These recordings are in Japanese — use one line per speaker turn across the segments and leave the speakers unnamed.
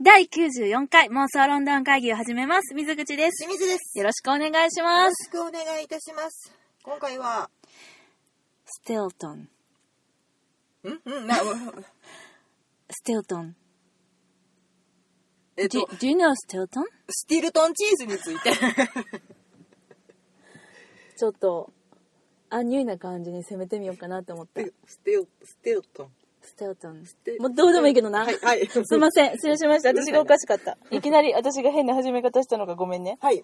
第94回妄想ロンドン会議を始めます。水口です。
清水です。
よろしくお願いし
よ
ま
ろ
す。
しくお願いいたします。今回は、
ステルトン。
んうん、な、
ステルトン。
えっ
Do,
と、
do you know ステルトン
スティルトンチーズについて。
ちょっと、アンニュイな感じに攻めてみようかなと思った。
ステル、ステルトン。
ステルトン
テ。ル
もうどうでもいいけどな。
はいはい
すいません。失礼しました。私がおかしかった。いきなり私が変な始め方したのがごめんね。
はい。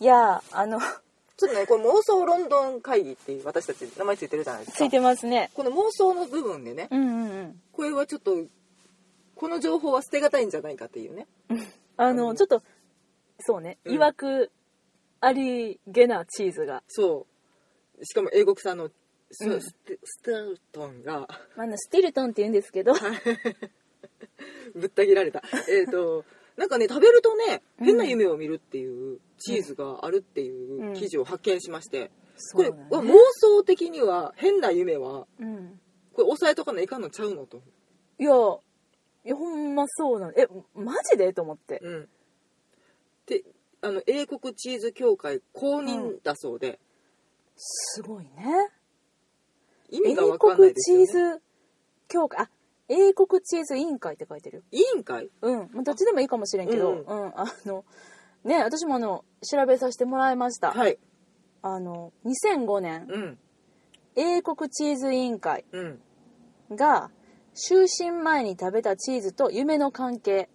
いやー、あの、
ちょっとね、これ妄想ロンドン会議っていう私たち名前ついてるじゃないです
つ
か。
いてますね。
この妄想の部分でね、
うんうんうん。
これはちょっと、この情報は捨てがたいんじゃないかっていうね。
あの、ちょっと、そうね。
うん
曰く、ありげなチーズが。
そう。しかも英国産の、そう
うん
ステステルトンが、
あの、スティルトンって言うんですけど、
ぶった切られた。 えっと、なんかね、食べるとね、
うん
変な夢を見るっていうチーズがあるっていう記事を発見しまして、これ
そう
は
だ
妄
ね
想的には変な夢は、
うん、
これ抑えとかないかんのちゃうのと。
いやいやほんまそうなのえマジでと思って
うん。で、あの、英国チーズ協会公認だそうで、
すごいね
意味が
英
わかんない
国
です
チ
よ、ね。
ーズ協会あ英国チーズ委員会って書いてるよ
委員会
うん、まあ、どっちでもいいかもしれんけど
うん
うん、あのね私もあの調べさせてもらいました、
はい。
あの2005年
うん。
英国チーズ委員会
うん。
が就寝前に食べたチーズと夢の関係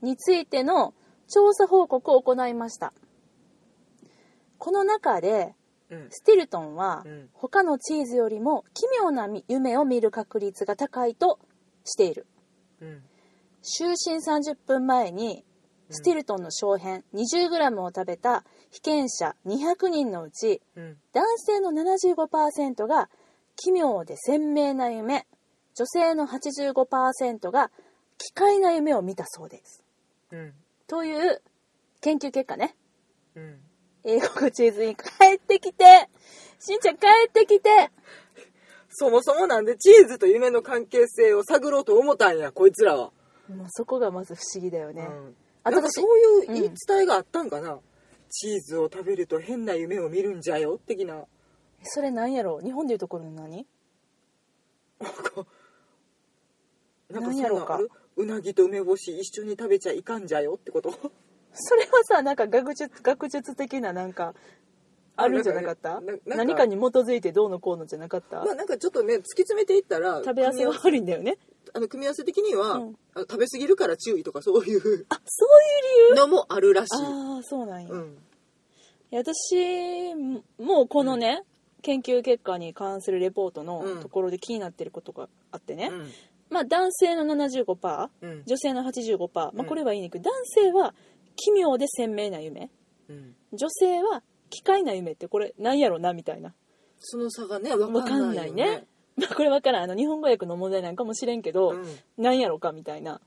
についての調査報告を行いましたこの中で
うん。
スティルトンは
うん
他のチーズよりも奇妙な夢を見る確率が高いとしている
うん。
就寝30分前にスティルトンの小片 20g を食べた被験者200人のうち
うん。
男性の75%が奇妙で鮮明な夢女性の85%が奇怪な夢を見たそうです
うん。
という研究結果ね
うん。
英国チーズに帰ってきてしんちゃん帰ってきて
そもそもなんでチーズと夢の関係性を探ろうと思ったんや、こいつらは。
もうそこがまず不思議だよね、
うん
あ
なん
と
か
私
そういう言
う
い
ん
伝えがあったんかな、チーズを食べると変な夢を見るんじゃよ的な
それなんやろ日本でいうところの何
なんか
なん
そ
や
う
ろ
な
うんか
あるうなぎと梅干し一緒に食べちゃいかんじゃよってこと
それはさなんか学術学術的ななんかあるんじゃなかった
なんかねななんか
何かに基づいてどうのこうのじゃなかった、
まあなんかちょっとね突き詰めていったら
食べ合わせ
組み合
が
わ
悪いんだよね
せあの組み合わせ的には、
うん
あの食べ過ぎるから注意とかそういう
あそういう理由
のもあるらしい、
ああそうなんや,、
う
い
ん、
や私もうこのね、研究結果に関するレポート
う
の
ん
ところで気になってることがあってね、
うん
まあ男性の75%
うん
女性の85%、ま
う
あ、
ん
これはいいねんだけど、男性は奇妙で鮮明な夢
うん
女性は奇怪な夢ってこれなんやろなみたいな、
その差がね分かんないよね
わかんないねまあ、これわからんあの日本語訳の問題なんかもしれんけど、
うん
なんやろかみたいな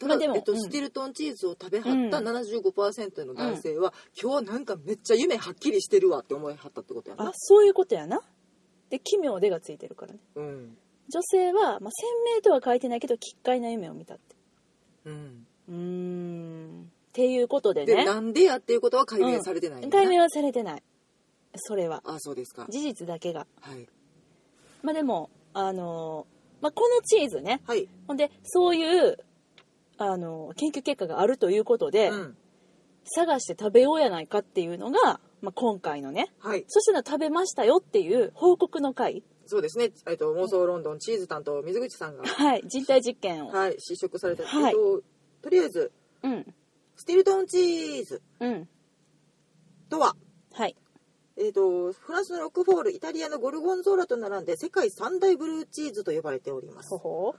た
ま
だ
あでも
えっと
うん
スティルトンチーズを食べはった
うん
75%の男性は、今日なんかめっちゃ夢はっきりしてるわって思いはったってことや
あ
な、
そういうことやなで奇妙でがついてるからね
うん
女性は、まあ、鮮明とは書いてないけど奇怪な夢を見たって
うん、
うーんっていうことで
で
ね
なんでやっていうことは解明されてないんだね
解明はされてないそれは
あそうですか
事実だけが
はい
まあでもあのーまあ、このチーズね
はい、
ほんでそういうあのー研究結果があるということで、
うん、
探して食べようやないかっていうのが、まあ、今回のね
はい
そしたら食べましたよっていう報告の会
そうですねえっと妄想ロンドンチーズ担当水口さんが
はい人体実験を
はい試食された、
はい
えっととりあえず
うん
スティルトンチーズ
うん
とは
はい
えっとフランスのロックフォールイタリアのゴルゴンゾーラと並んで世界三大ブルーチーズと呼ばれております
ほほ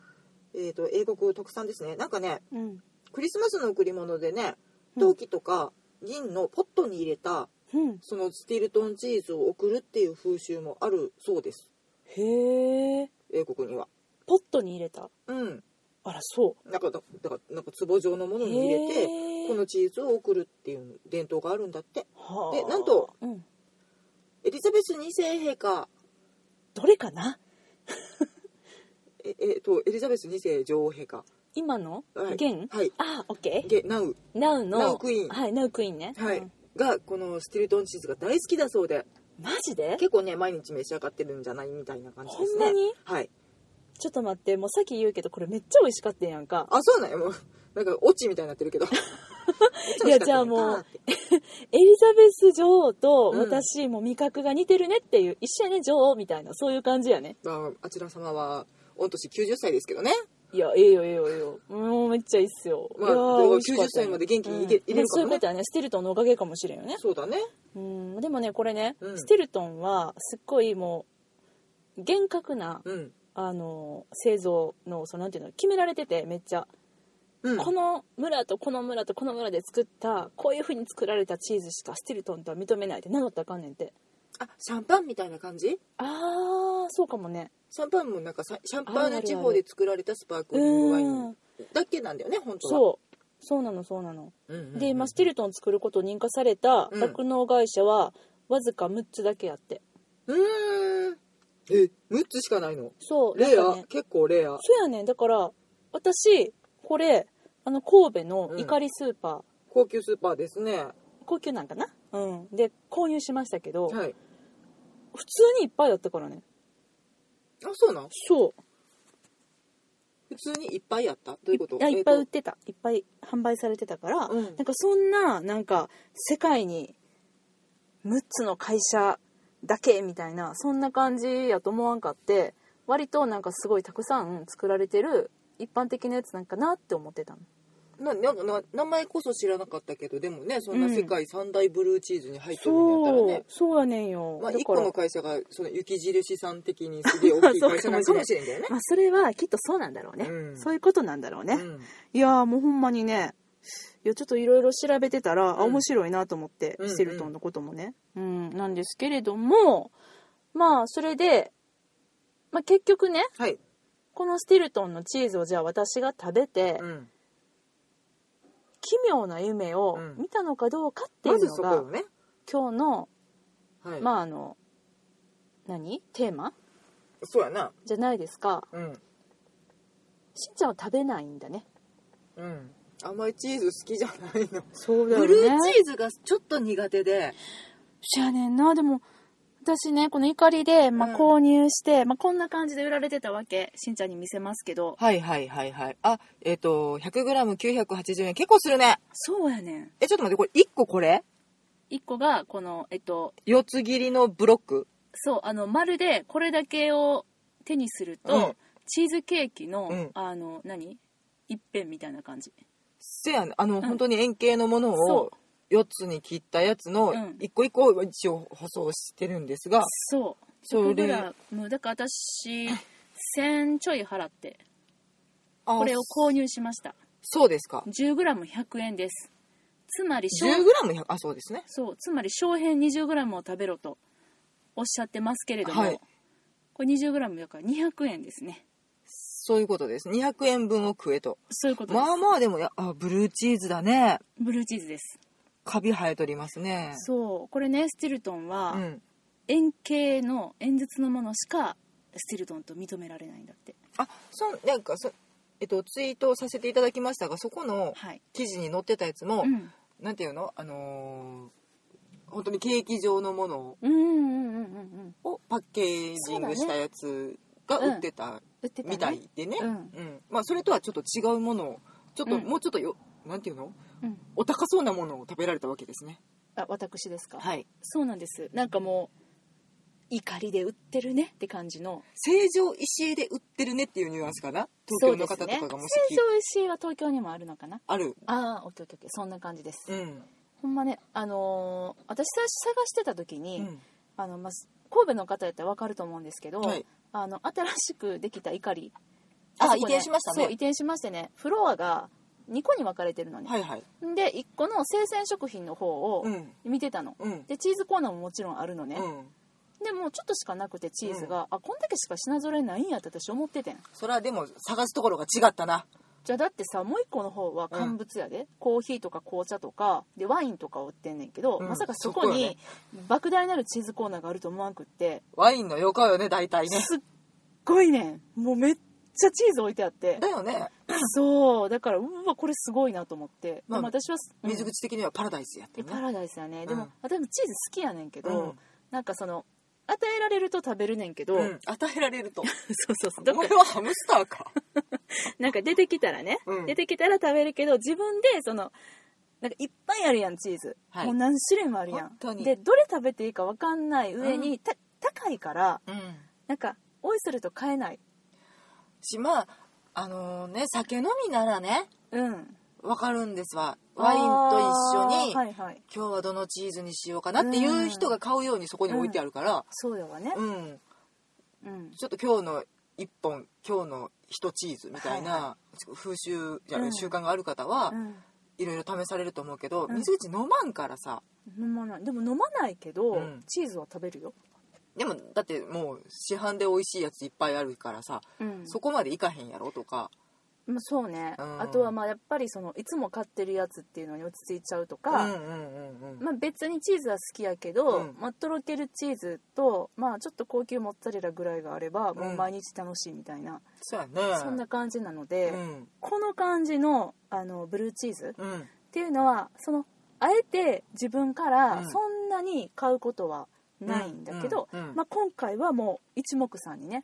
えー、と英国特産ですねなんかね
ううん
クリスマスの贈り物でね
うん
陶器とか銀のポットに入れた
うん
そのスティルトンチーズを送るっていう風習もあるそうです
へえ
英国には
ポットに入れた
うん
あらそ
なんかだだからなんか壺状のも
う
のに入れて
へえ
このチーズを送るっていう伝統があるんだって
はあ
でなんと、
うん、
エリザベス2世陛下
どれかな
ええーとエリザベス2世女王陛下
今の
はい
現
はい
あ、オッケー。
ゲナウ
Now の。
Now Queen
はい、Now Queen ね。
はい、
うん
がこのスティルトンチーズが大好きだそうで
マジで
結構ね毎日召し上がってるんじゃないみたいな感じです
ほ
ね
んまに
はい
ちょっと待って、もうさっき言うけど、これめっちゃ美味しかったやんか。
あそうなんやもうなんかオチみたいになって るけど
いやじゃあもう
あーっ
エ
て
リザベス女王と
うん
私も味覚が似てるねっていう、一緒やね、女王みたいな、そういう感じやね。
まああちら様は御年90歳ですけどね
いや、ええよ、ええよ、ええよ。もうめっちゃいいっすよ。
まあ
いやー
でも
美味しかったよ
90歳まで元気にいて
うん
いれるか
まあそ
も
う
ね
いうことやね、スティルトンのおかげかもしれんよね。
そうだね
うん、でもね、これね、
うん
スティルトンは、すっごいもう、厳格な、
うん、
あの、製造の、そのなんていうの、決められてて、めっちゃ。
うん、
この村とこの村とこの村で作ったこういう風に作られたチーズしかスティルトンとは認めないって名乗ったらあかんねんって
あシャンパンみたいな感じ
あーそうかもね
シャンパンもなんかさシャン
あ
パー
るあ
ニュ
る
地方で作られたスパークリングワイ
う
ン
ん
だけなんだよね本当は
そうそうなのそうなの、
うんうんうん
で今スティルトン作ることを認可された
うん
酪農会社はわずか6つだけやって
うーんえ6つしかないの
そう
レ
なん
ア、
かね
結構レア
そうやねんだから私これあの神戸の怒りスーパー、
高級スーパーですね
高級なんかなうんで購入しましたけど、
はい
普通にいっぱいだったからね
あそうなん
そう
普通にいっぱいやったどういうこと
やいっぱい売っ
え
てた、いっぱい販売されてたから、
うん
なんかそんななんか世界に6つの会社だけみたいなそんな感じやと思わんかって割となんかすごいたくさん作られてる一般的なやつなんかなって思ってたの
っとななんかな名前こそ知らなかったけどでもねそん
う
なん世界三大ブルーチーズに入ってるんだったら
そ
ね
う、そうやねんよ、
まあ、
だ
1
か
個
ら
の会社がその雪印さん的にすげえ大きい会社なのかもしれんけどね
まあ、それはきっとそうなんだろうね、
うん
そういうことなんだろうね、
うん
いやーもうほんまにねいやちょっといろいろ調べてたら、あ
うん
面白いなと思って、
うんうん
ステルトンのこともね、うん、なんですけれどもまあそれで、まあ、結局ね
はい、
このステルトンのチーズをじゃあ私が食べて、
うん、
奇妙な夢を
うん
見たのかどうかってい
ま
う
ず
の
そ
が、
こをね、
今日の
はい
まああの何テーマ
そうやな
じゃないですか
うん
しんちゃんは食べないんだね
うんあんまりチーズ好きじゃないの、
そう
ブルーチーズがちょっと苦手で
そやねんなでも私ねこの怒りで、ま
うん
あ、購入して、まあ、こんな感じで売られてたわけしんちゃんに見せますけど
はいはいはいはいあえっ、と 100g980 円結構するね
そうやねん
えちょっと待ってこれ1個これ
1個がこのえっと
四つ切りのブロック
そうあの丸でこれだけを手にすると、
うん
チーズケーキの、
うん
あの何一辺みたいな感じ
せやねあの、
ん
本当に円形のもの
そ
を4つに切ったやつの
うん
一個一個を一応舗装してるんですが、
そう
それ
100g だから私1000ちょい払って
あ
これを購入しました
そうですか
10g100 円ですつまり
10g100 あそうですね
そうつまり小片 20g を食べろとおっしゃってますけれども、
はい
これ 20g だから200円ですね
そういうことです200円分を食えと
そういうことです、
まあまあでもやあブルーチーズだね
ブルーチーズです
カビ生えとりますね
そうこれねスティルトンは
うん
円形の演説のものしかスティルトンと認められないんだって
あそうなんかそえっとツイートさせていただきましたがそこの
はい、
記事に載ってたやつも、
うん、
なんていうのあのー本当にケーキ状のものを
うんうんうんうんうん
をパッケージングしたやつが売ってた
売ってた、ね、
みたいでね、
う
うんんまあ、それとはちょっと違うものをちょっと、
うん
もうちょっとよなんていうの
うん
お高そうなものを食べられたわけですね
あ私ですか、
はい
そうなんですなんかもう怒りで売ってるねって感じの
成城石井で売ってるねっていうニュアンスかな東京の方とかがもし
そうですね、成
き、
城石井は東京にもあるのかな
ある
ああオッケーオッケーオッケーそんな感じです
うん、
ほんまね、あのー私最初探してた時に、
うん
あのまあ、神戸の方やったら分かると思うんですけど、
はい
あの新しくできた怒り
あ
そこ
移転しましたね
そう移転しましてねフロアが2個に分かれてるのね、
はいはい
で1個の生鮮食品の方を
うん
見てたの、
うん
でチーズコーナーももちろんあるのね、
うん
でもうちょっとしかなくてチーズが、あこんだけしか品揃えないんやって私思っててん
それはでも探すところが違ったな
じゃあだってさもう1個の方は乾物やで、コーヒーとか紅茶とかでワインとかを売ってんねんけど、
うん
まさかそこ
そこよ
に
ね
莫大なるチーズコーナーがあると思わんくって
ワインの横よね大体ね
すっごいねんもうめっちゃチーズ置いてあって
だよね
そうだからうわこれすごいなと思って、
まあ
でも私はうん
水口的にはパラダイスやって
え
る
パ
ね
ラダイスやね、
ん
でも私もチーズ好きやねんけど、
うん
なんかその与えられると食べるねんけど、
うん 与えられると
そうそうそう
お
だか
前
ら
はハムスターか
なんか出てきたらね、
うん
出てきたら食べるけど自分でそのなんかいっぱいあるやんチーズ、
はい
もう何種類もあるや
本当
ん
に
でどれ食べていいか分かんない上に、た高いから
うん
なんかおいすると買えない
しまああのね酒飲みならね
うん
わかるんですわワインと一緒に、
あーはいはい
今日はどのチーズにしようかなっていう人が買うようにそこに置いてあるから
そうやわね
うん、
うん
ちょっと今日の1本今日の1チーズみたい
はい
な風習じゃな
う
い
ん
習慣がある方は
うん
いろいろ試されると思うけど
うん
水口飲まんからさ
飲まないでも飲まないけど、
うん
チーズは食べるよ、
でもだってもう市販で美味しいやついっぱいあるからさ
うん
そこまでいかへんやろとか
まあ、そうね、
うん
あとはまあやっぱりそのいつも買ってるやつっていうのに落ち着いちゃうと
うんう
か、
んうんうん
まあ、別にチーズは好きやけど、
うん
まあ、とろけるチーズと、まあ、ちょっと高級モッツァレラぐらいがあればもう毎日楽しいみたいな、
そうやね
そんな感じなの
う
で、
ん
この感じのあのブルーチーズっ
うん
ていうのはそのあえて自分か
う
ら
ん
そんなに買うことはないんだけど、
うんうん
まあ、今回はもう一目散にね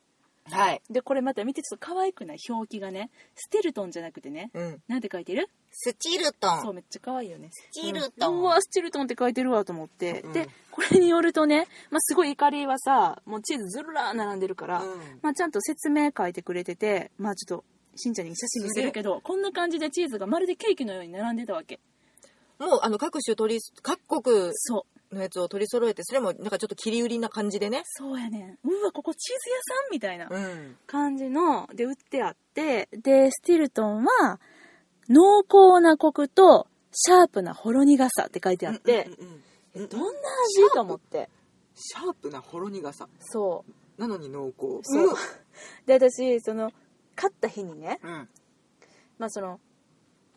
はい
でこれまた見てちょっと可愛くない表記がねステルトンじゃなくてね
うん
なんて書いてる
スチルト
そうめっちゃ可愛いよね
スチルトン
うんうわスチルトンって書いてるわと思って、
うん
でこれによるとね、まあ、すごい怒りはさもうチーズずらー並んでるから、
うん
まあ、ちゃんと説明書いてくれててまあちょっとしんちゃんに写真見せるけどこんな感じでチーズがまるでケーキのように並んでたわけ
もうあの各種取り各国
そう
のやつを取り揃えてそれもなんかちょっと切り売りな感じでね
そうやねんうわここチーズ屋さんみたいな
うん
感じので売ってあってでスティルトンは濃厚なコクとシャープなほろ苦さって書いてあって、
うんうんうんうん
どんな味と思って
シャープなほろ苦さ
そう
なのに濃厚
そう、で私その勝った日にね、
うん、うん
まあ、その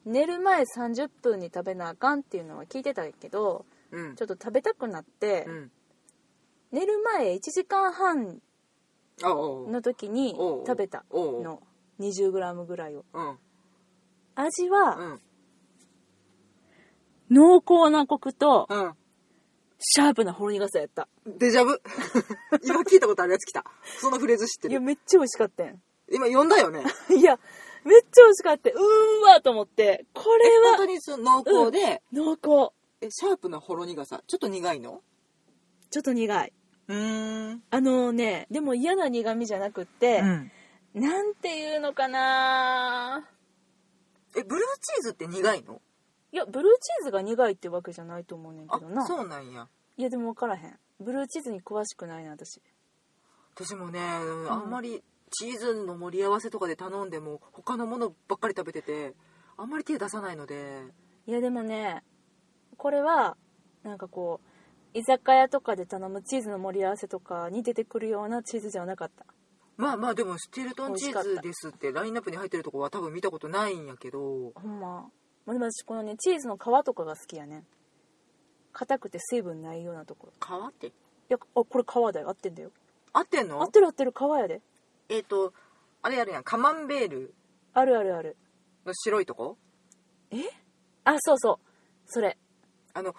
寝る前30分に食べなあかんっていうのは聞いてたけど
うん
ちょっと食べたくなって、
うん
寝る前1時間半
あおう
の時に
おう
食べた
おう
の 20g ぐらいを
うん
味は
うん
濃厚なコクと
う
シャープなほろ苦さやった
んデジャブ 今聞いたことあるやつ来たそのフレーズ知って
いや
る
めっちゃ美味しかったん
今呼んだよね
いやめっちゃ美味しかったうーわと思ってこ
本
れ
当
は
にその濃厚で、
濃厚
えシャープなほろ苦さちょっと苦いの
ちょっと苦いう
ーん
あのねでも嫌な苦味じゃなくって、
ん
なんていうのかな
えブルーチーズって苦いの
いやブルーチーズが苦いってわけじゃないと思うねんけ
あ
どな
そうなんや
いやでも分からへんブルーチーズに詳しくないな私
私もねあんまりチーズの盛り合わせとかで頼んでも他のものばっかり食べててあんまり手出さないので
いやでもねこれはなんかこう居酒屋とかで頼むチーズの盛り合わせとかに出てくるようなチーズじゃなかった
まあまあでもステルトンチー
美味し
ズ
かった
ですってラインナップに入ってるとこは多分見たことないんやけど
ほんま、まあ、でも私このねチーズの皮とかが好きやねん硬くて水分ないようなところ
皮って
いやあこれ皮だよ合ってんだよ
合ってん
合っ
の
てる合ってる皮やで
えっ、とあれやるやんカマンベール
あるあるある
の白いとこ
あそうそうそれ
あの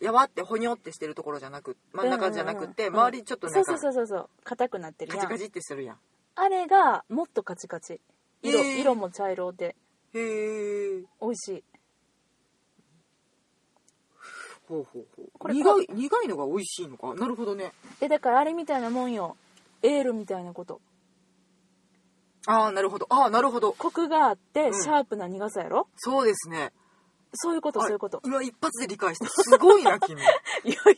やわってほにょってしてるところじゃなく真ん中じゃなくて
うんうんうん
周りちょっとなんか
そうそうそうそうそう硬くなってる
カ
や
チ
ん
カチってするやん
あれがもっとカチカチ色,、
えー
色も茶色で
へえ
美味しい
ほうほうほ
こ
う
れ
苦い苦いのが美味しいのかなるほどね
えだからあれみたいなもんよエールみたいなこと
ああなるほどああなるほど
コクがあって
ん
シャープな苦さやろ、
そうですね。
そういうこと
あ
そういうこと
今一発で理解した。すごいな、 君。
い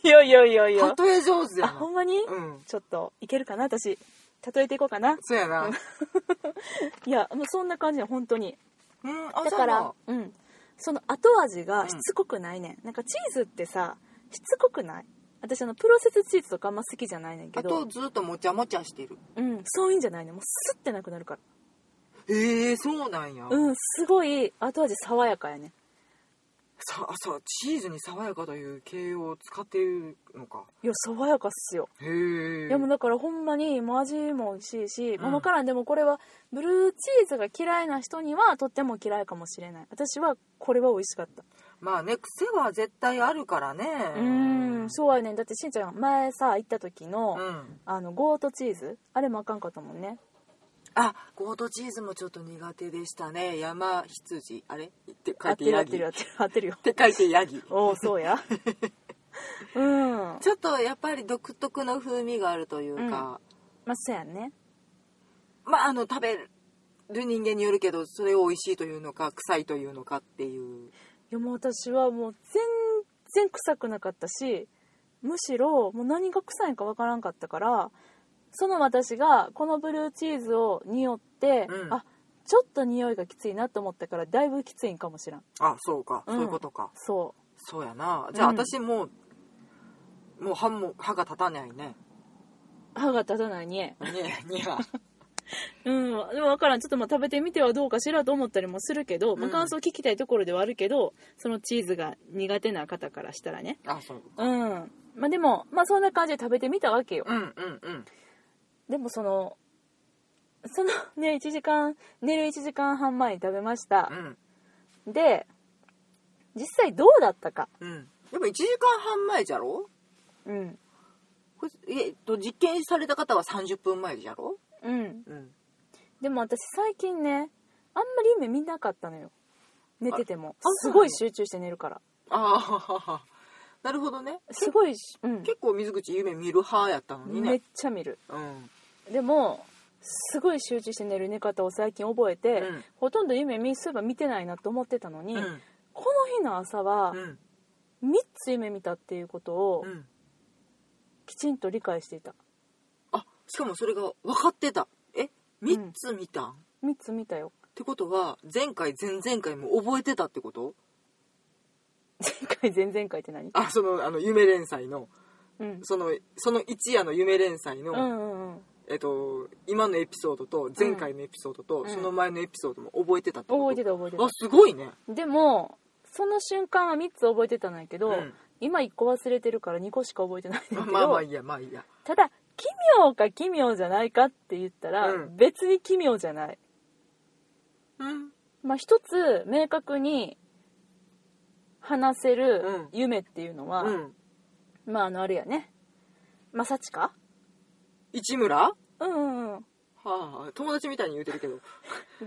やいやいやいや
例え上手や
あ
な
ほ。んまに、
うん。
ちょっといけるかな私例えていこうかな
そうやな。 うん。
いやもうそんな感じや本当に
あ、
だか
じゃあ
ら
ま
うんその後味がしつこくないねん、なんかチーズってさしつこくない私あのプロセスチーズとかあんま好きじゃないねん
あ
け
あ
ど
とずっともちゃもちゃしてる。
うん、そういうんじゃないねもうスッてなくなるから
へえ、そうなんや。
うんすごい後味爽やかやね
さ朝チーズに爽やかという形容を使っているのか
いや爽やかっすよ、
へえ
いやもうだからほんまにもう味も美味しいし、
ん
まあわからんでもこれはブルーチーズが嫌いな人にはとっても嫌いかもしれない私はこれは美味しかった
まあね癖は絶対あるからね
うーんそうやねんだってしんちゃん前さ行った時の、
うん
あのゴートチーズあれもあかんかったもんね
あゴートチーズもちょっと苦手でしたね山羊あれって書
合っ
い
て
て
る合
ヤ
って
ギ
る合っ
っ
てる合ってるよ
て書いてヤギ
おおそう やうんま
ちょっとやっぱり独特の風味があるというか、
あそうやね
まああの食べる人間によるけどそれを美味しいというのか臭いというのかっていう
いやもう私はもう全然臭くなかったしむしろもう何が臭いんかわからんかったからその私がこのブルーチーズを匂って、
うん
あちょっと匂いがきついなと思ったからだいぶきついんかもしらん
あそうか、
うん
そういうことか
そ
そうやなじゃあ
うん
私もう、もう歯も歯が立たないね
う歯が立たないね
にゃ にゃ
うんでも分からんちょっとまあ食べてみてはどうかしらと思ったりもするけど、ま
う
あ、
ん
感想聞きたいところではあるけどそのチーズが苦手な方からしたらね
あそう
うんまあでもまあそんな感じで食べてみたわけよ
うんうんうん
でもそのそのね1時間寝る1時間半前に食べました
うん
で実際どうだったか
うんでも1時間半前じゃろ
うん
これえっと実験された方は30分前じゃろ
うん
うん
でも私最近ねあんまり夢見なかったのよ寝てても
あ
すごい集中して寝るから
ああ なるほどね
すごいし、うん、
結構水口夢見る派やったのに
めっ
ね
ちゃ見る
うん
でもすごい集中して寝る寝方を最近覚えて、
うん
ほとんど夢見すれば見てないなと思ってたのに、
うん
この日の朝は
うん
3つ夢見たっていうことを
うん
きちんと理解していた
あしかもそれが分かってたえ3つ見たん、っ
3つ見たよ
てことは前回前々回も覚えてたってこと
前回前々回って何
あそのあの夢連載の
うん
そのその一夜の夢連載の、
うんうんうん
えっと、今のエピソードと前回のエピソードと、
うん
その前のエピソードも覚えてたってこと
覚えてた覚えて
あすごいね
たでもその瞬間は3つ覚えてたんやけど、
うん
今1個忘れてるから2個しか覚えてないんだけど、
まあまあいいやまあいいや
ただ奇妙か奇妙じゃないかって言ったら、
うん
別に奇妙じゃない
うん
まあ、一つ明確に話せ
うん
る夢っていうのは、
うん
まああのあれやねまさちか
市村は
うんうんう
あ友達みたいに言うてるけども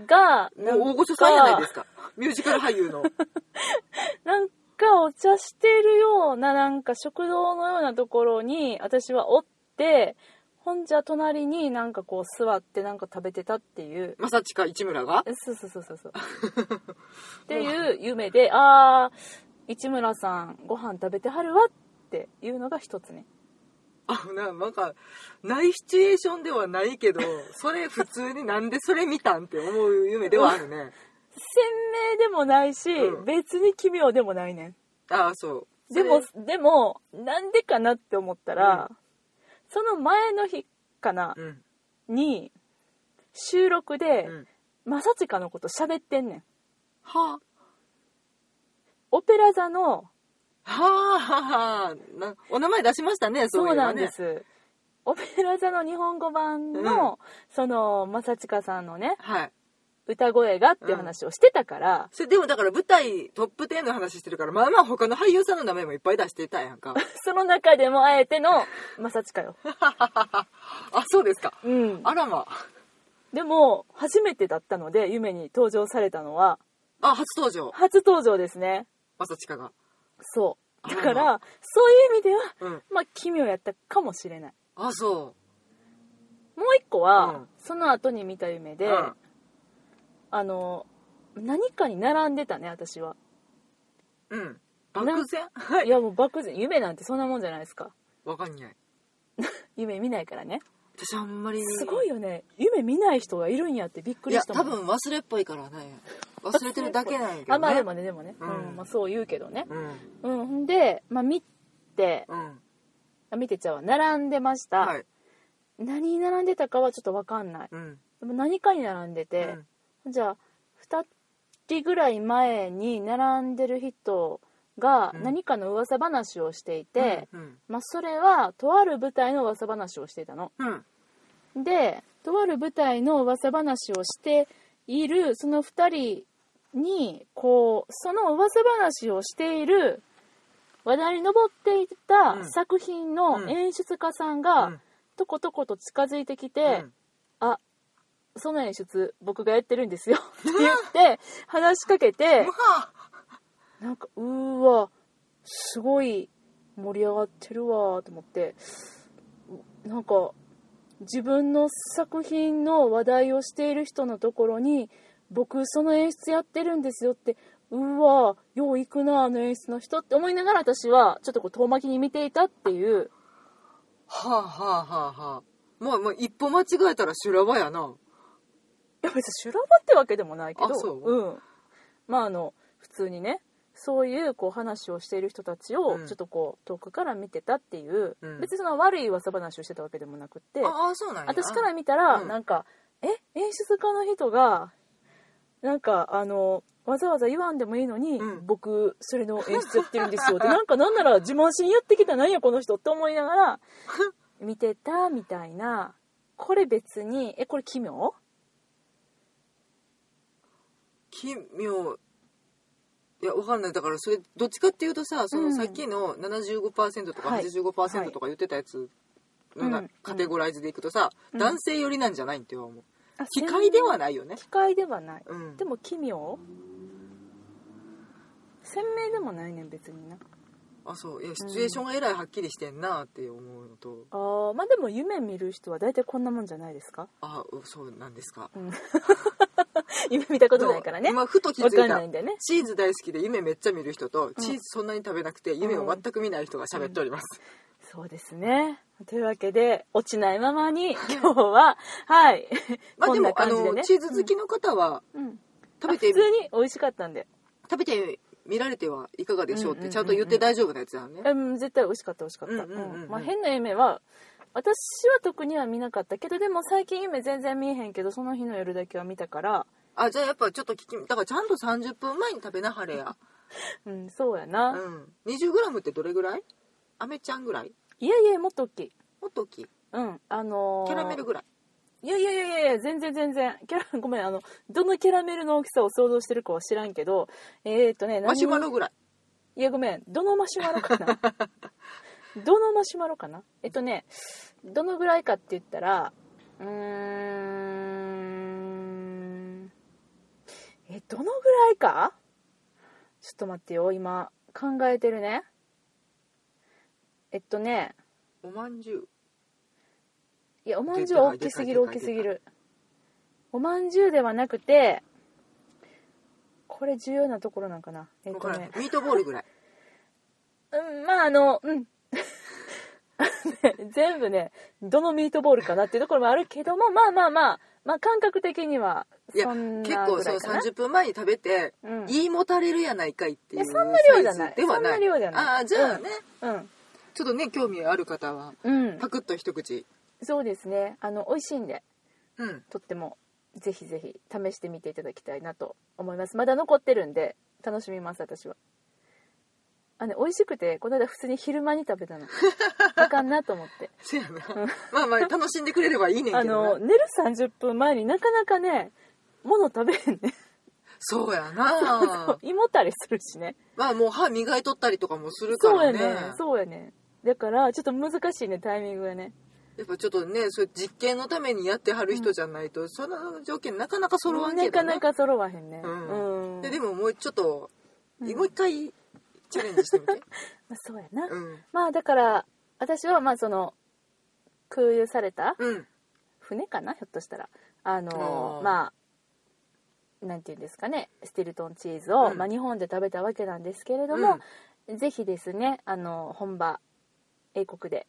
んがなん
う大御所さんじゃないですかミュージカル俳優の
なんかお茶してるようななんか食堂のようなところに私はおってほんじゃ隣になんかこう座ってなんか食べてたっていう
まさちか市村が
そうそうそうそう そうっていう夢でああ市村さんご飯食べてはるわっていうのが一つね
あななんかないシチュエーションではないけどそれ普通になんでそれ見たんって思う夢ではあるね
鮮明でもないし、
うん
別に奇妙でもないね
ああそうん
でもでもなんでかなって思ったら、その前の日かな
うん
に収録で
うん
正親、のこと喋ってんねん
はあ
オペラ座の
はあはあなお名前出しましたね
そう
いえば
なん
ね
ですオペラ座の日本語版の、
うん
その正親さんのね
はい
歌声がっていう話をしてたから、
それでもだから舞台トップ10の話してるからまあまあ他の俳優さんの名前もいっぱい出してたやん か
その中でもあえての正親よ、
あそうですか
うん、
あらま
でも初めてだったので夢に登場されたのは
あ初登場
初登場ですね
まさちかが
そうだか
あ
らそういう意味では
うん
まあ奇妙やったかもしれない
あそ
もう一個は、
うん
その後に見た夢
う
で、
うん
あの何かに並んでたね私は、
うん漠然はい
い、やもう漠然夢なんてそんなもんじゃないですか
わかんない
夢見ないからね
私あんまり
すごいよね夢見ない人がいるんやってびっく
い
り
や
したも
多
ん
分忘れっぽいからね忘れてるだけなんやけど、ね、
あまあでもねでもね、
う
うんんまあ、そう言うけどね
うん
うんほんで、まあ、見て
うん
あ見てちゃうわ並んでました、
はい
何に並んでたかはちょっと分かんない
うん
でも何かに並んで
う
て、
ん
じゃあ2月ぐらい前に並んでる人が
うん
何かの噂話をしていて、
うん
まあ、それはとある舞台の噂話をしていたの。
うん
でとある舞台の噂話をしているその2人にこうその噂話をしている話題に上っていた
うん
作品
う
の
ん
演出家さん
う
が
ん
とことこと近づいてきて、
うん
その演出僕がやってるんです よって言って話しかけて
うわ
なんかうーわすごい盛り上がってるわーと思ってうなんか自分の作品の話題をしている人のところに僕その演出やってるんですよってうわよう行くなあの演出の人って思いながら私はちょっとこう遠巻きに見ていたっていう
はあはあはあはあまあまあ一歩間違えたら修羅場やない
や別に修羅場ってわけでもないけど
あそう
うん、まああの普通にねそういうこう話をしている人たちを
うん
ちょっとこう遠くから見てたっていう、
うん
別にその悪い噂話をしてたわけでもなくって
ああそうなんや
私から見たら、
うん
なんかえ演出家の人がなんかあのわざわざ言わんでもいいのに、
うん
僕それの演出やってるんですよって なんかなんなら自慢しにやってきたなんやこの人って思いながら見てたみたいなこれ別にえこれ奇妙
奇妙いやわかんないだからそれどっちかっていうとさそうの
ん
さっきの75%とか
はい
85%とか言ってたやつのな
うん
カテゴライズでいくとさ、
うん
男性寄りなんじゃないって思う
あ
機械ではないよね
機械ではない
うん
でも奇妙鮮明でもないねん別にな
あそういやシチュエーションがえらいはっきりしてんなって思うのと
あーまあでも夢見る人は大体こんなもんじゃないですか、
あうそうなんですか
うん 夢見たことないからね
今ふと気づ
わか
い
んな
た
いんだよね
チーズ大好きで夢めっちゃ見る人と、チーズそんなに食べなくて夢を全く見ない人が喋っております、
そうですねというわけで落ちないまま に今日ははい
まあ
こ
で
んな
も、あ
感じでね
のチーズ好きの方は
うんうん
食べ
あ
て
普通に美味しかったんで
食べてみられてはいかがでしょう
う
っ
んうんうんう
て
ん
ちゃんと言って大丈夫なやつだね、
うん絶対美味しかった美味しかった、
うんうんうんうん
まあ、変な夢は私は特には見なかったけどでも最近夢全然見えへんけどその日の夜だけは見たから
あじゃあやっぱちょっと聞きだからちゃんと30分前に食べなはれや、
うんそうや
う
な、
ん、20g ってどれぐらいアメちゃんぐらい
いやいやもっと大きい
もっと大きい
うんあのー
キャラメルぐらい
いやいやいやいや全然全然キャラご めんあのどのキャラメルの大きさを想像してるかは知らんけどえー、っとね何
マシュマロぐらい
いやごめんどのマシュマロか などのマシュマロかなえっとねどのぐらいかって言ったらうーんえどのぐらいかちょっと待ってよ今考えてるねえっとね
おまんじゅう
いやおまんじゅうは大きすぎる大きすぎるおまんじゅうではなくてこれ重要なところなんかなえっ
わ
と
から
ね
ないミートボールぐらい
うん、まああの、うん。 全部ね、どのミートボールかなっていうところもあるけども、まあまあまあ、まあ感覚的には、
いや
そん
結
な
構
ぐ
そ
ら
の
いかな。
30分前に食べて、
うん
言いもたれるやないかいっていう
いやそんな量じゃない
サイズではない
そんな量じゃない
ああじゃあね、
うん。
ちょっとね興味ある方は
うん
パ。クッと一口
そうですね。あの、美味しいんで、
うん
とっても、ぜひぜひ試してみていただきたいなと思います。まだ残ってるんで、楽しみます、私は。あの、美味しくて、この間普通に昼間に食べ たの。あかんなと思って。
せやな、まあまあ楽しんでくれればいいねんけど
あの、
な
寝る30分前になかなかね、物食べへんね。
そうやな
そう 胃もたれするしね
まあもう歯磨いとったりとかもするか
そう
ら
や
ね
ねそうやねだからちょっと難しいねタイミングがね
やっぱちょっとねそういう実験のためにやってはる人じゃないと、その条件なかなか揃わんけ
な
ど、
か
ね、
なか揃わへんね
うん
うん
ででももうちょっと、
うん
もう一回チャレンジしてみて
まあそうやな、
うん
まあだから私はまあその空輸された
うん
船かなひょっとしたらあの
あー
まあなんていうんですかねスティルトンチーズを、
うん
まあ、日本で食べたわけなんですけれども、ぜひですねあの本場英国で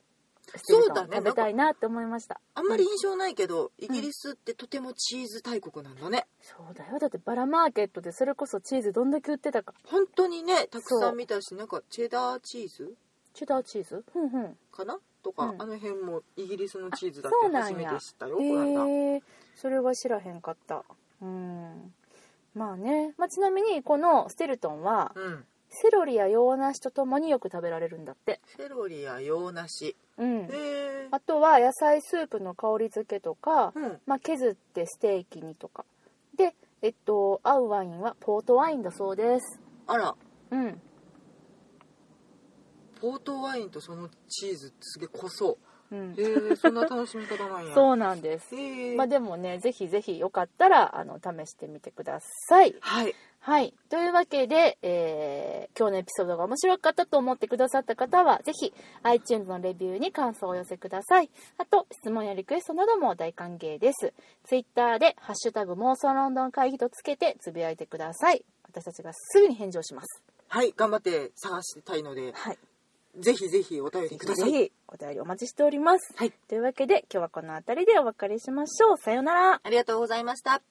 スティルトン
そうだね
食べたいなって思いました
あんまり印象ないけど、イギリスってとてもチーズ大国なんだね
そうだよだってバラマーケットでそれこそチーズどんだけ売ってたか
本当にねたく
そ
さ
うん
見たしなんかチェダーチーズ
チェダーチーズふんふん
かなとか、
うん
あの辺もイギリスのチーズだっ
あそう
て
なん
初
や
めて知ったよこの間
へえそれは知らへんかったうんまあね、まあ、ちなみにこのステルトンは
うん
セロリや洋梨とともによく食べられるんだって
セロリや洋梨
うん
へえ
あとは野菜スープの香り付けとか、
うん
まあ、削ってステーキにとかでえっと合うワインはポートワインだそうです
あら
うん
ポートワインとそのチーズってすげえ濃そう
うん
へえそんな楽しみ方なんや
そうなんです
へえ
まあでもねぜひぜひよかったらあの試してみてください
はい
はい。というわけで、えー今日のエピソードが面白かったと思ってくださった方は、ぜひ iTunes のレビューに感想をお寄せください。あと、質問やリクエストなども大歓迎です。Twitter で、ハッシュタグ妄想ロンドン会議とつけてつぶやいてください。私たちがすぐに返事をします。
はい頑張って探したいので
はい。
ぜひぜひお便りくださ
ぜ
い
ひ、お便りお待ちしております。
はい
というわけで、今日はこの辺りでお別れしましょう。さようなら。
ありがとうございました